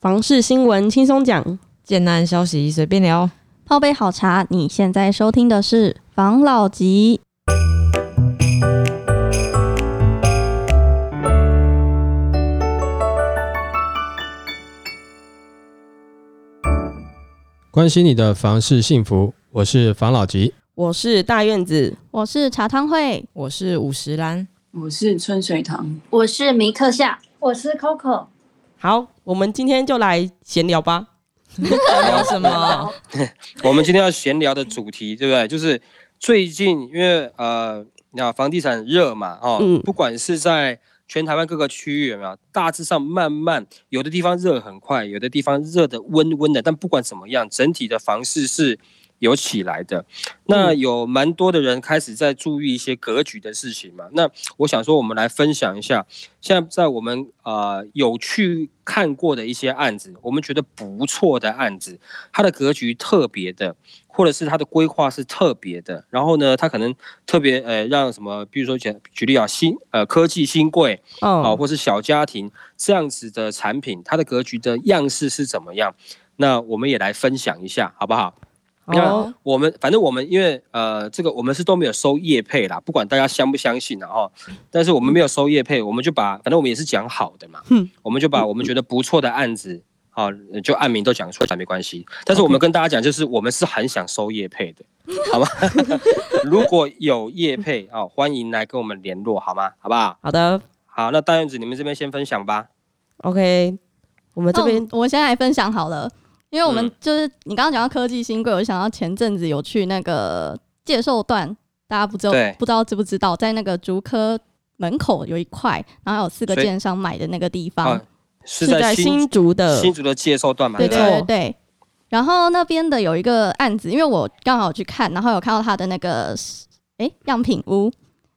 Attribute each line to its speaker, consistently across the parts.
Speaker 1: 房事新闻轻松讲，
Speaker 2: 简单消息随便聊。
Speaker 3: 泡杯好茶，你现在收听的是《防老集》。
Speaker 4: 关心你的房事幸福，我是房老吉。
Speaker 1: 我是大院子。
Speaker 3: 我是茶汤会，
Speaker 2: 我是五十岚，
Speaker 5: 我是春水堂，
Speaker 6: 我是米克夏，
Speaker 7: 我是 Coco，
Speaker 1: 好，我们今天就来闲聊吧。
Speaker 2: 聊什么？
Speaker 8: 我们今天要闲聊的主题，对不对？就是最近因为呃，那房地产热嘛，哦，
Speaker 1: 嗯
Speaker 8: 不管是在全台湾各个区域有没有，大致上慢慢有的地方热很快，有的地方热的温温的，但不管怎么样，整体的房市是有起来的。那有蛮多的人开始在注意一些格局的事情嘛。那我想说，我们来分享一下，现在在我们呃有去看过的一些案子，我们觉得不错的案子，它的格局特别的，或者是它的规划是特别的，然后呢，它可能特别呃让什么，比如说举举例啊，新呃科技新贵 啊、
Speaker 1: 哦，
Speaker 8: 或是小家庭这样子的产品，它的格局的样式是怎么样？那我们也来分享一下，好不好？
Speaker 1: 哦
Speaker 8: 那我们反正我们因为呃，这个我们是都没有收业配啦，不管大家相不相信啊哈，但是我们没有收业配，我们就把反正我们也是讲好的嘛，
Speaker 1: 哼
Speaker 8: 我们就把我们觉得不错的案子啊，呃就案名都讲出来没关系。但是我们跟大家讲，就是我们是很想收业配的，好吗？ 如果有业配啊，欢迎来跟我们联络，好吗？好不好？
Speaker 1: 好的
Speaker 8: 好，那大院子你们这边先分享吧。
Speaker 1: ，OK，我们这边、
Speaker 8: 哦
Speaker 3: 哦那我我先来分享好了，因为我们
Speaker 8: 嗯
Speaker 3: 就是、你刚刚讲到科技新贵，我就想到前阵子有去那个介寿段，大家不知道
Speaker 8: 对
Speaker 3: 不知道知不知道，在那个竹科门口有一块，然后有四个
Speaker 8: 所以
Speaker 3: 建商买的那个地方
Speaker 8: 啊，，是
Speaker 1: 是在
Speaker 8: 在
Speaker 1: 新
Speaker 8: 新
Speaker 1: 竹的
Speaker 8: 新竹的介绍段嘛？
Speaker 3: 对
Speaker 8: 对
Speaker 1: 没
Speaker 8: 不
Speaker 3: 对
Speaker 1: 错
Speaker 8: 对？
Speaker 3: 对对。然后那边的有一个案子，因为我刚好有去看，然后有看到他的那个诶样品屋，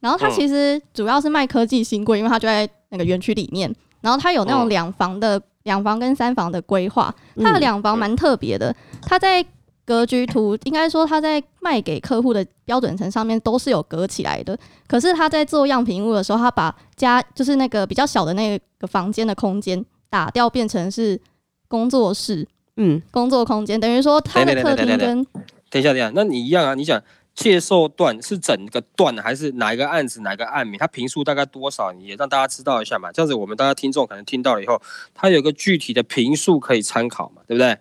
Speaker 3: 然后他
Speaker 8: 嗯
Speaker 3: 其实主要是卖科技新贵，因为他就在那个园区里面，然后他有那种
Speaker 8: 嗯
Speaker 3: 两房的、两房跟三房的规划，它的
Speaker 1: 嗯
Speaker 3: 两房蛮特别的，它在格局图应该说它在卖给客户的标准层上面都是有隔起来的，可是他在做样品屋的时候，他把家就是那个比较小的那个房间的空间打掉，变成是工作室、
Speaker 1: 嗯
Speaker 3: 工作空间，等于说他的
Speaker 8: 对对
Speaker 3: 客
Speaker 8: 对
Speaker 3: 厅
Speaker 8: 对对对
Speaker 3: 跟
Speaker 8: 等一下，等一下，那你一样啊？你讲介绍段是整个段还是哪一个案子哪一个案名？它评数大概多少？你也让大家知道一下嘛。这样子，我们大家听众可能听到了以后，它有个具体的评数可以参考嘛，对不对？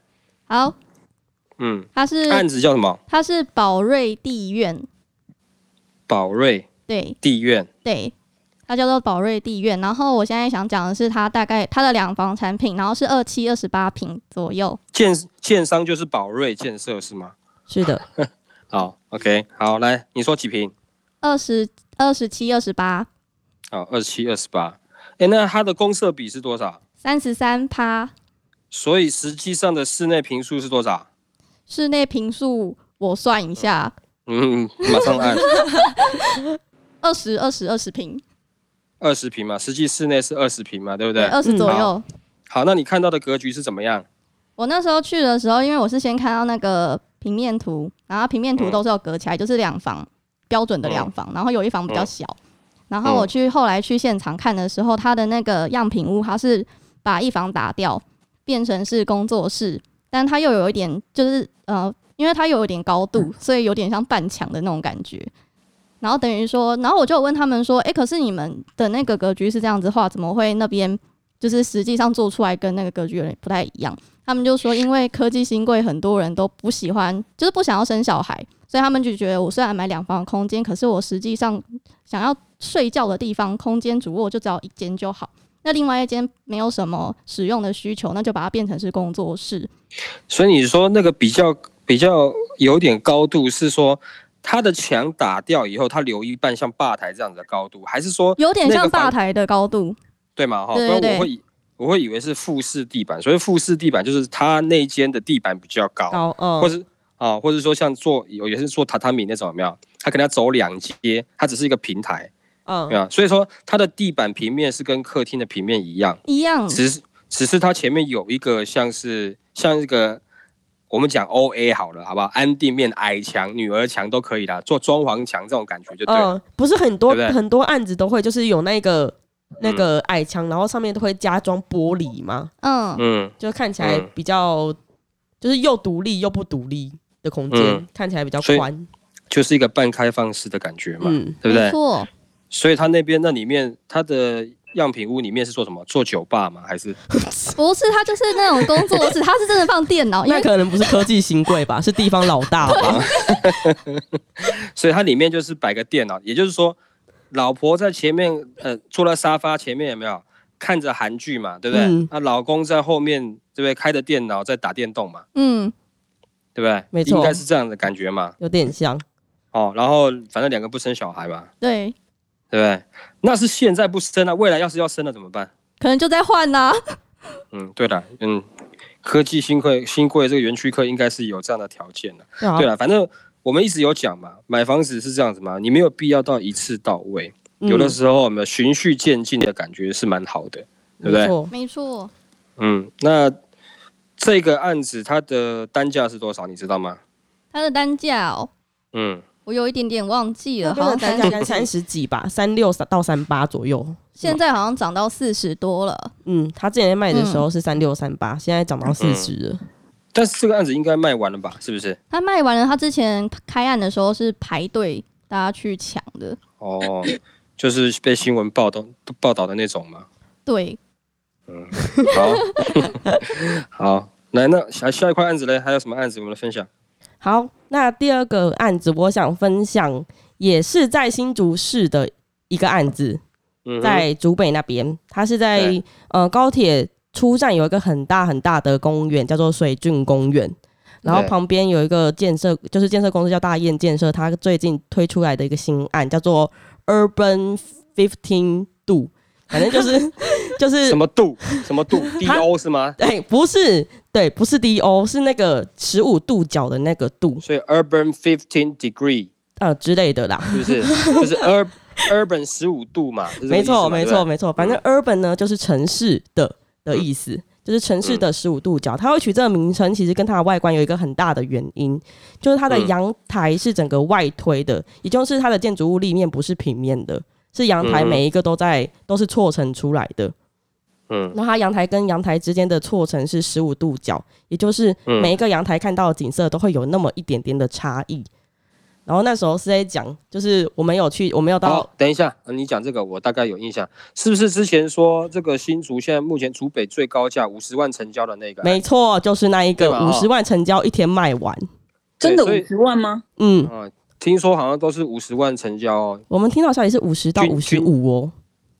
Speaker 3: 好，
Speaker 8: 嗯，
Speaker 3: 它是
Speaker 8: 案子叫什么？
Speaker 3: 它是宝瑞地院，
Speaker 8: 宝瑞
Speaker 3: 对
Speaker 8: 地院。
Speaker 3: 对。它叫做宝瑞地院，然后我现在想讲的是它大概它的两房产品，然后是二七二十八平左右，
Speaker 8: 建建商就是宝瑞建设是吗？
Speaker 1: 是的，
Speaker 8: 好，OK，好，来，你说几平？
Speaker 3: 二十二十七、二十八、
Speaker 8: 好，二七二十八。哎，那它的公设比是多少？
Speaker 3: 三十三趴，
Speaker 8: 所以实际上的室内平数是多少？
Speaker 3: 室内平数我算一下，
Speaker 8: 嗯，马上按
Speaker 3: 二十二十二十平，
Speaker 8: 二十平嘛，实际室内是二十平嘛，对不对？
Speaker 3: 二十
Speaker 1: 嗯
Speaker 3: 左右。
Speaker 8: 好，那你看到的格局是怎么样？
Speaker 3: 我那时候去的时候，因为我是先看到那个平面图，然后平面图
Speaker 8: 嗯
Speaker 3: 都是有隔起来，就是两房标准的两房，然后有一房比较小。然后我去后来去现场看的时候，它的那个样品屋，它是把一房打掉，变成是工作室，但它又有一点就是呃，因为它又有点高度，所以有点像半墙的那种感觉。然后等于说，然后我就有问他们说，诶，可是你们的那个格局是这样子画，怎么会那边就是实际上做出来跟那个格局有点不太一样？他们就说，因为科技新贵很多人都不喜欢，就是不想要生小孩，所以他们就觉得我虽然买两房的空间，可是我实际上想要睡觉的地方空间主卧就只要一间就好。那另外一间没有什么使用的需求，那就把它变成是工作室。
Speaker 8: 所以你说那个比较比较有点高度，是说它的墙打掉以后，它留一半像吧台这样子的高度，还是说
Speaker 3: 有点
Speaker 8: 那
Speaker 3: 像
Speaker 8: 个房
Speaker 3: 吧台的高度，
Speaker 8: 对嘛？哈，不
Speaker 3: 对
Speaker 8: 然
Speaker 3: 对
Speaker 8: 我会以我会以为是复式地板，所以复式地板就是它那间的地板比较高，
Speaker 1: 高哦
Speaker 8: 或是啊，或者说像做有也是做榻榻米那种，有没有？它可能要走两阶，它只是一个平台，有没
Speaker 1: 嗯
Speaker 8: 有？所以说它的地板平面是跟客厅的平面一样。
Speaker 3: 一样
Speaker 8: 只是只是它前面有一个像是像一个我们讲 O A 好了，好不好？安定面、矮墙、女儿墙都可以啦，做装潢墙这种感觉就对了。
Speaker 1: 哦嗯，不是很多
Speaker 8: 对不对嗯
Speaker 1: 很多案子都会就是有那个那个矮墙，然后上面都会加装玻璃嘛，
Speaker 3: 嗯，
Speaker 8: 嗯，
Speaker 1: 就看起来
Speaker 8: 嗯
Speaker 1: 比较就是又独立又不独立的空间，
Speaker 8: 嗯
Speaker 1: 看起来比较
Speaker 8: 所以
Speaker 1: 宽。
Speaker 8: 就是一个半开放式的感觉嘛，
Speaker 1: 嗯，
Speaker 8: 对不
Speaker 3: 没
Speaker 8: 对？
Speaker 3: 错，
Speaker 8: 所以它那边那里面它的样品屋里面是做什么？做酒吧吗？还是
Speaker 3: 不是，他就是那种工作室，他是真的放电脑，因
Speaker 1: 那
Speaker 3: 为
Speaker 1: 可能不是科技新贵吧，是地方老大吧？
Speaker 8: 所以它里面就是摆个电脑，也就是说，老婆在前面呃坐在沙发前面有没有看着韩剧嘛，对不对？那、
Speaker 1: 嗯
Speaker 8: 老公在后面对不对开着电脑在打电动嘛，
Speaker 3: 嗯，
Speaker 8: 对不对？
Speaker 1: 没错
Speaker 8: 应该是这样的感觉嘛。
Speaker 1: 有点像。
Speaker 8: 哦，然后反正两个不生小孩嘛，
Speaker 3: 对，
Speaker 8: 对不对？那是现在不生啊，未来要是要生了怎么办？
Speaker 3: 可能就在换啊呐、
Speaker 8: 嗯，对了，嗯，科技新贵新贵这个园区客应该是有这样的条件的。
Speaker 1: 对啊
Speaker 8: 对，了，反正我们一直有讲嘛，买房子是这样子嘛，你没有必要到一次到位，
Speaker 1: 嗯
Speaker 8: 有的时候我们循序渐进的感觉是蛮好的，
Speaker 1: 没
Speaker 8: 对不对？
Speaker 1: 错，
Speaker 3: 没错，
Speaker 8: 嗯，那这个案子它的单价是多少，你知道吗？
Speaker 3: 它的单价哦，
Speaker 8: 嗯，
Speaker 3: 我有一点点忘记了，
Speaker 1: 那边
Speaker 3: 好
Speaker 1: 的
Speaker 3: 像
Speaker 1: 单价应该三十几吧，三六到三八左右。
Speaker 3: 现在好像涨到四十多了，
Speaker 1: 嗯，他之前在卖的时候是三六三八，现在涨到四十
Speaker 8: 嗯
Speaker 1: 了。
Speaker 8: 但是这个案子应该卖完了吧？是不是？
Speaker 3: 他卖完了，他之前开案的时候是排队大家去抢的，
Speaker 8: 哦，就是被新闻报道报道的那种嘛。
Speaker 3: 对，
Speaker 8: 好， 好，来，那下下一块案子嘞，还有什么案子我们来分享？
Speaker 1: 好，那第二个案子，我想分享也是在新竹市的一个案子，
Speaker 8: 嗯哼，
Speaker 1: 在竹北那边，它是在
Speaker 8: 对
Speaker 1: 呃高铁出站有一个很大很大的公园，叫做水郡公园。然后
Speaker 8: 对
Speaker 1: 旁边有一个建设，就是建设公司叫大雁建设，它最近推出来的一个新案叫做 Urban Fifteen Do，反正就是 就是
Speaker 8: 什么度？什么度？D O 是吗？
Speaker 1: 对，不是对，不是 D O，是那个十五度角的那个度
Speaker 8: 所以 urban fifteen degree
Speaker 1: 呃之类的啦。
Speaker 8: 是不是？就是 ur urban 十五度嘛？是这个
Speaker 1: 没
Speaker 8: 意思
Speaker 1: 错，
Speaker 8: 嘛
Speaker 1: 没错，。没错。反正 urban 呢，就是城市的的
Speaker 8: 嗯
Speaker 1: 意思，就是城市的十五度角。它会取这个名称，其实跟它的外观有一个很大的原因，就是它的
Speaker 8: 嗯
Speaker 1: 阳台是整个外推的，也就是它的建筑物立面不是平面的，是阳台
Speaker 8: 嗯哼
Speaker 1: 每一个都在都是错层出来的。
Speaker 8: 对不对嗯
Speaker 1: 那它阳台跟阳台之间的错层是十五度角，也就是
Speaker 8: 嗯
Speaker 1: 每一个阳台看到的景色都会有那么一点点的差异。然后那时候是在讲，就是我们有去，我们有到、
Speaker 8: 好，等一下，呃你讲这个我大概有印象，是不是之前说这个新竹现在目前竹北最高价五十万成交的那个？
Speaker 1: 没错，就是那一个
Speaker 8: 对吧
Speaker 1: 五
Speaker 8: 哦
Speaker 1: 十万成交一天卖完。
Speaker 8: 对
Speaker 5: 真的
Speaker 8: 所以
Speaker 5: 五十万吗？
Speaker 1: 嗯，
Speaker 8: 啊，听说好像都是五十万成交哦。
Speaker 1: 我们听到消息是五十到
Speaker 8: 均
Speaker 1: 五十五哦，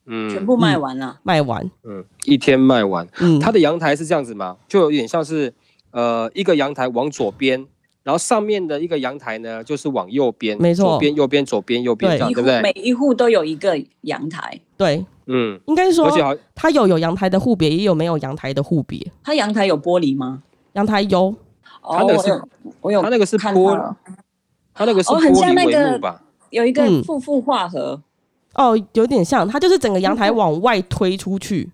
Speaker 5: 全
Speaker 8: 嗯
Speaker 5: 部卖完了，
Speaker 1: 卖完。
Speaker 8: 嗯，一天卖完。
Speaker 1: 嗯，
Speaker 8: 它的阳台是这样子嘛，就有点像是呃一个阳台往左边，然后上面的一个阳台呢就是往右边，
Speaker 1: 没错
Speaker 8: 左边右边左边右边
Speaker 1: 对
Speaker 8: 这样，
Speaker 5: 一
Speaker 8: 嗯对
Speaker 5: 户
Speaker 8: 不对？
Speaker 5: 每一户都有一个阳台，
Speaker 1: 对，
Speaker 8: 嗯，
Speaker 1: 应该是
Speaker 8: 而且
Speaker 1: 说
Speaker 8: 好，
Speaker 1: 它有有阳台的户别，也有没有阳台的户别。
Speaker 5: 它阳台有玻璃吗？
Speaker 1: 阳台有，
Speaker 5: 哦，
Speaker 8: 它那个
Speaker 5: 我
Speaker 8: 是
Speaker 5: 有，我有
Speaker 8: 它那个是
Speaker 5: 看
Speaker 8: 玻
Speaker 5: 到了
Speaker 8: 它那个是
Speaker 5: 哦
Speaker 8: 玻
Speaker 5: 很像
Speaker 8: 璃
Speaker 5: 那个
Speaker 8: 帷幕吧？
Speaker 5: 有一
Speaker 1: 嗯
Speaker 5: 个负负化合，
Speaker 1: 哦，有点像，它就是整个阳台往外推出去。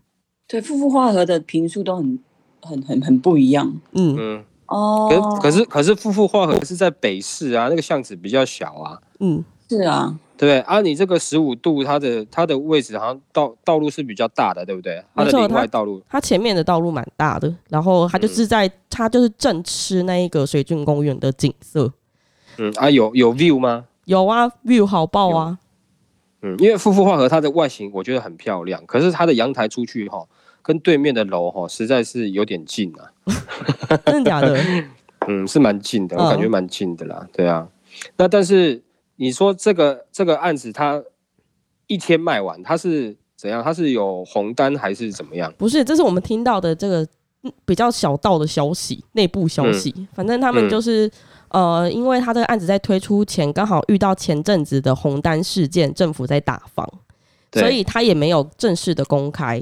Speaker 5: 对，负负化合的平数都很很很很不一样
Speaker 1: 嗯
Speaker 8: 嗯，
Speaker 5: 哦。
Speaker 8: 可可是可是夫妇化合是在北市啊，那个巷子比较小啊，
Speaker 1: 嗯，
Speaker 5: 是啊，
Speaker 8: 对不对？啊，你这个十五度，它的它的位置好像道道路是比较大的，对不对？它的
Speaker 1: 没错
Speaker 8: 里外
Speaker 1: 它
Speaker 8: 道路，
Speaker 1: 它前面的道路蛮大的，然后它就是在它就是正吃那一个水郡公园的景色。
Speaker 8: 嗯啊，有有 view 吗？
Speaker 1: 有啊，view 好爆啊！
Speaker 8: 嗯，因为夫妇化合它的外形我觉得很漂亮，可是它的阳台出去哈，跟对面的楼哈实在是有点近啊。
Speaker 1: 真的假的？
Speaker 8: 嗯，是蛮近的，我感觉
Speaker 1: 嗯
Speaker 8: 蛮近的啦。对啊，那但是你说这个这个案子它一天卖完，它是怎样？它是有红单还是怎么样？
Speaker 1: 不是，这是我们听到的这个嗯比较小道的消息，内部消息。反正他们就是、呃，因为他这个案子在推出前，刚好遇到前阵子的红单事件，政府在打房，
Speaker 8: 对
Speaker 1: 所以他也没有正式的公开。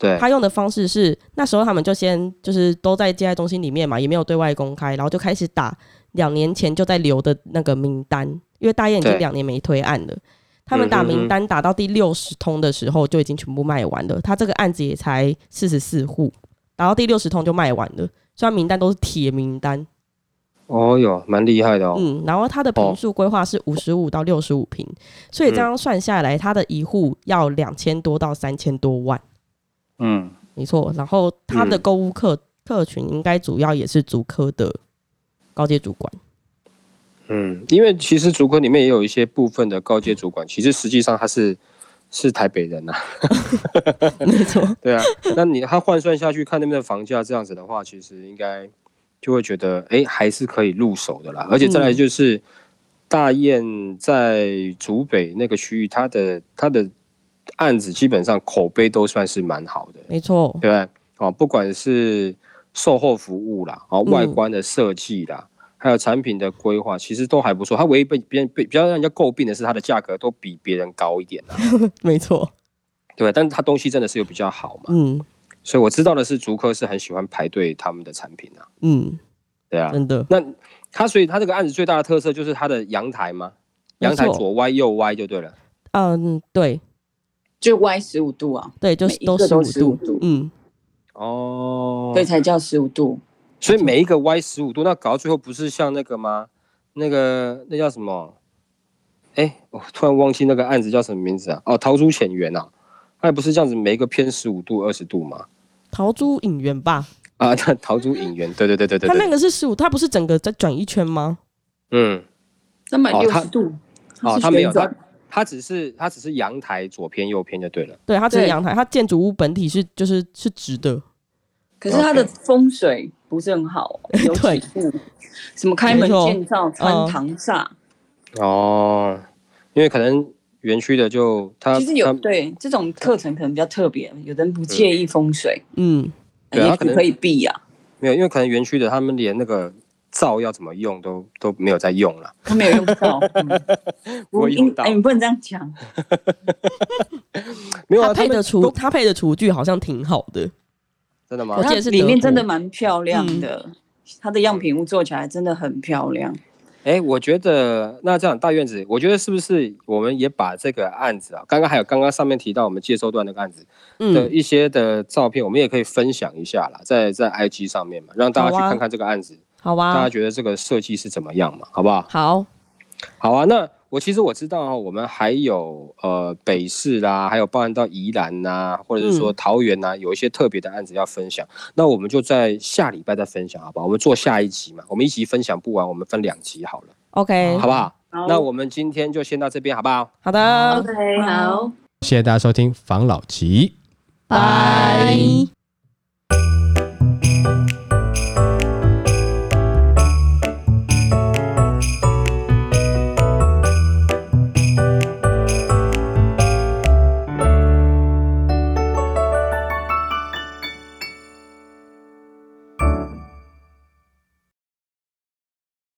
Speaker 8: 对，
Speaker 1: 他用的方式是那时候他们就先就是都在接待中心里面嘛，也没有对外公开，然后就开始打两年前就在留的那个名单，因为大雁已经
Speaker 8: 对
Speaker 1: 两年没推案了。他们打
Speaker 8: 嗯哼哼
Speaker 1: 名单打到第六十通的时候就已经全部卖完了，他这个案子也才四十四户，打到第六十通就卖完了，所以他名单都是铁名单。
Speaker 8: 哦哟，蛮厉害的哦。哦
Speaker 1: 嗯，然后它的平数规划是五十五到六十五平，所
Speaker 8: 嗯
Speaker 1: 以这样算下来，它的一户要两千多到三千多万，
Speaker 8: 嗯，
Speaker 1: 没错。然后它的
Speaker 8: 嗯
Speaker 1: 购物客、客群应该主要也是足科的高阶主管，
Speaker 8: 嗯，因为其实主管里面也有一些部分的高阶主管，其实实际上他是是台北人呐、啊
Speaker 1: 没错。
Speaker 8: 对啊，那你他换算下去看那边的房价这样子的话，其实应该就会觉得，哎、还是可以入手的啦。而且再来就是、大雁在竹北那个区域，它的它的案子基本上口碑都算是蛮好的，
Speaker 1: 没错，
Speaker 8: 对不对？哦，不管是售后服务啦，哦，
Speaker 1: 嗯
Speaker 8: 外观的设计啦。还有产品的规划，其实都还不错。它唯一被别人被比较让人家诟病的是，它的价格都比别人高一点 啦，
Speaker 1: 没错，
Speaker 8: 对吧？但是它东西真的是有比较好嘛。
Speaker 1: 嗯
Speaker 8: 所以我知道的是，竹科是很喜欢排队他们的产品啊，
Speaker 1: 嗯，
Speaker 8: 对啊。
Speaker 1: 真的，
Speaker 8: 那它所以它这个案子最大的特色就是它的阳台嘛，
Speaker 1: 没
Speaker 8: 阳台
Speaker 1: 错
Speaker 8: 左歪右歪就对了。啊
Speaker 1: 嗯，对
Speaker 5: 就歪十五度啊，
Speaker 1: 对，就是
Speaker 5: 每一
Speaker 1: 都
Speaker 5: 个
Speaker 1: 十
Speaker 5: 都
Speaker 1: 五
Speaker 5: 15度
Speaker 1: 嗯，
Speaker 8: 哦
Speaker 5: 所以，才叫十五度。
Speaker 8: 所以每一个歪十五度，那搞到最后不是像那个吗？那个那叫什么？哎，我突然忘记那个案子叫什么名字啊？哦，逃出浅园啊，它也不是这样子，每一个偏十五度、二十度嘛。
Speaker 1: 桃珠影园吧，
Speaker 8: 啊，那逃出影园，对对对对对
Speaker 1: 它那
Speaker 8: 对，
Speaker 1: 个是十五，它不是整个在转一圈吗？
Speaker 8: 嗯，
Speaker 5: 三百
Speaker 8: 哦
Speaker 5: 六
Speaker 8: 它
Speaker 5: 十度，
Speaker 8: 哦，
Speaker 5: 是
Speaker 8: 它没有，
Speaker 5: 旋
Speaker 8: 它
Speaker 5: 转
Speaker 8: 它只是它只是阳台左偏右偏就对了。
Speaker 1: 对，它只是
Speaker 5: 对
Speaker 1: 阳台，它建筑物本体是就是是直的，
Speaker 5: 可是它的风水不是很 好哦，有
Speaker 1: 对
Speaker 5: 几户什么开门
Speaker 1: 没错
Speaker 5: 见灶、穿
Speaker 1: 嗯
Speaker 5: 堂煞，
Speaker 8: 哦，因为可能园区的就他
Speaker 5: 其实有
Speaker 8: 他
Speaker 5: 对这种课程可能比较特别，有的人不介意风水，
Speaker 1: 嗯，
Speaker 8: 对啊
Speaker 5: 也
Speaker 8: 可能
Speaker 5: 许可以避啊。
Speaker 8: 没有，因为可能园区的他们连那个灶要怎么用都都没有在用了。
Speaker 5: 他没有用 到，嗯
Speaker 8: 不会用到
Speaker 5: 哎，你不能这样讲。
Speaker 8: 没有啊，
Speaker 1: 它
Speaker 8: 他
Speaker 1: 配
Speaker 8: 们
Speaker 1: 的
Speaker 8: 都
Speaker 1: 厨它配的厨具好像挺好的，
Speaker 8: 真的吗
Speaker 1: 我？记得是
Speaker 5: 它里
Speaker 1: 德
Speaker 5: 面
Speaker 1: 国
Speaker 5: 真的蛮漂亮
Speaker 8: 嗯
Speaker 5: 的，它的样品屋做起来真的很漂亮。
Speaker 8: 哎，我觉得那这样大院子，我觉得是不是我们也把这个案子啊，刚刚还有刚刚上面提到我们介绍段那个案子的
Speaker 1: 嗯，
Speaker 8: 一些的照片，我们也可以分享一下啦，在在 IG 上面嘛，让大家去
Speaker 1: 好啊
Speaker 8: 看看这个案子，
Speaker 1: 好
Speaker 8: 大家
Speaker 1: 啊，
Speaker 8: 觉得这个设计是怎么样嘛，好不好？
Speaker 1: 好，
Speaker 8: 好啊，那我其实我知道哦，我们还有呃北市啦，还有包含到宜兰呐、或者
Speaker 1: 嗯
Speaker 8: 是说桃园呐、有一些特别的案子要分享。那我们就在下礼拜再分享，好不好？我们做下一集嘛，我们一集分享不完，我们分两集好了，
Speaker 1: OK，
Speaker 8: 好不好？
Speaker 5: 好
Speaker 8: 那我们今天就先到这边，好不好？
Speaker 1: 好的，
Speaker 5: OK，好。
Speaker 4: 谢谢大家收听房老吉。
Speaker 3: 拜。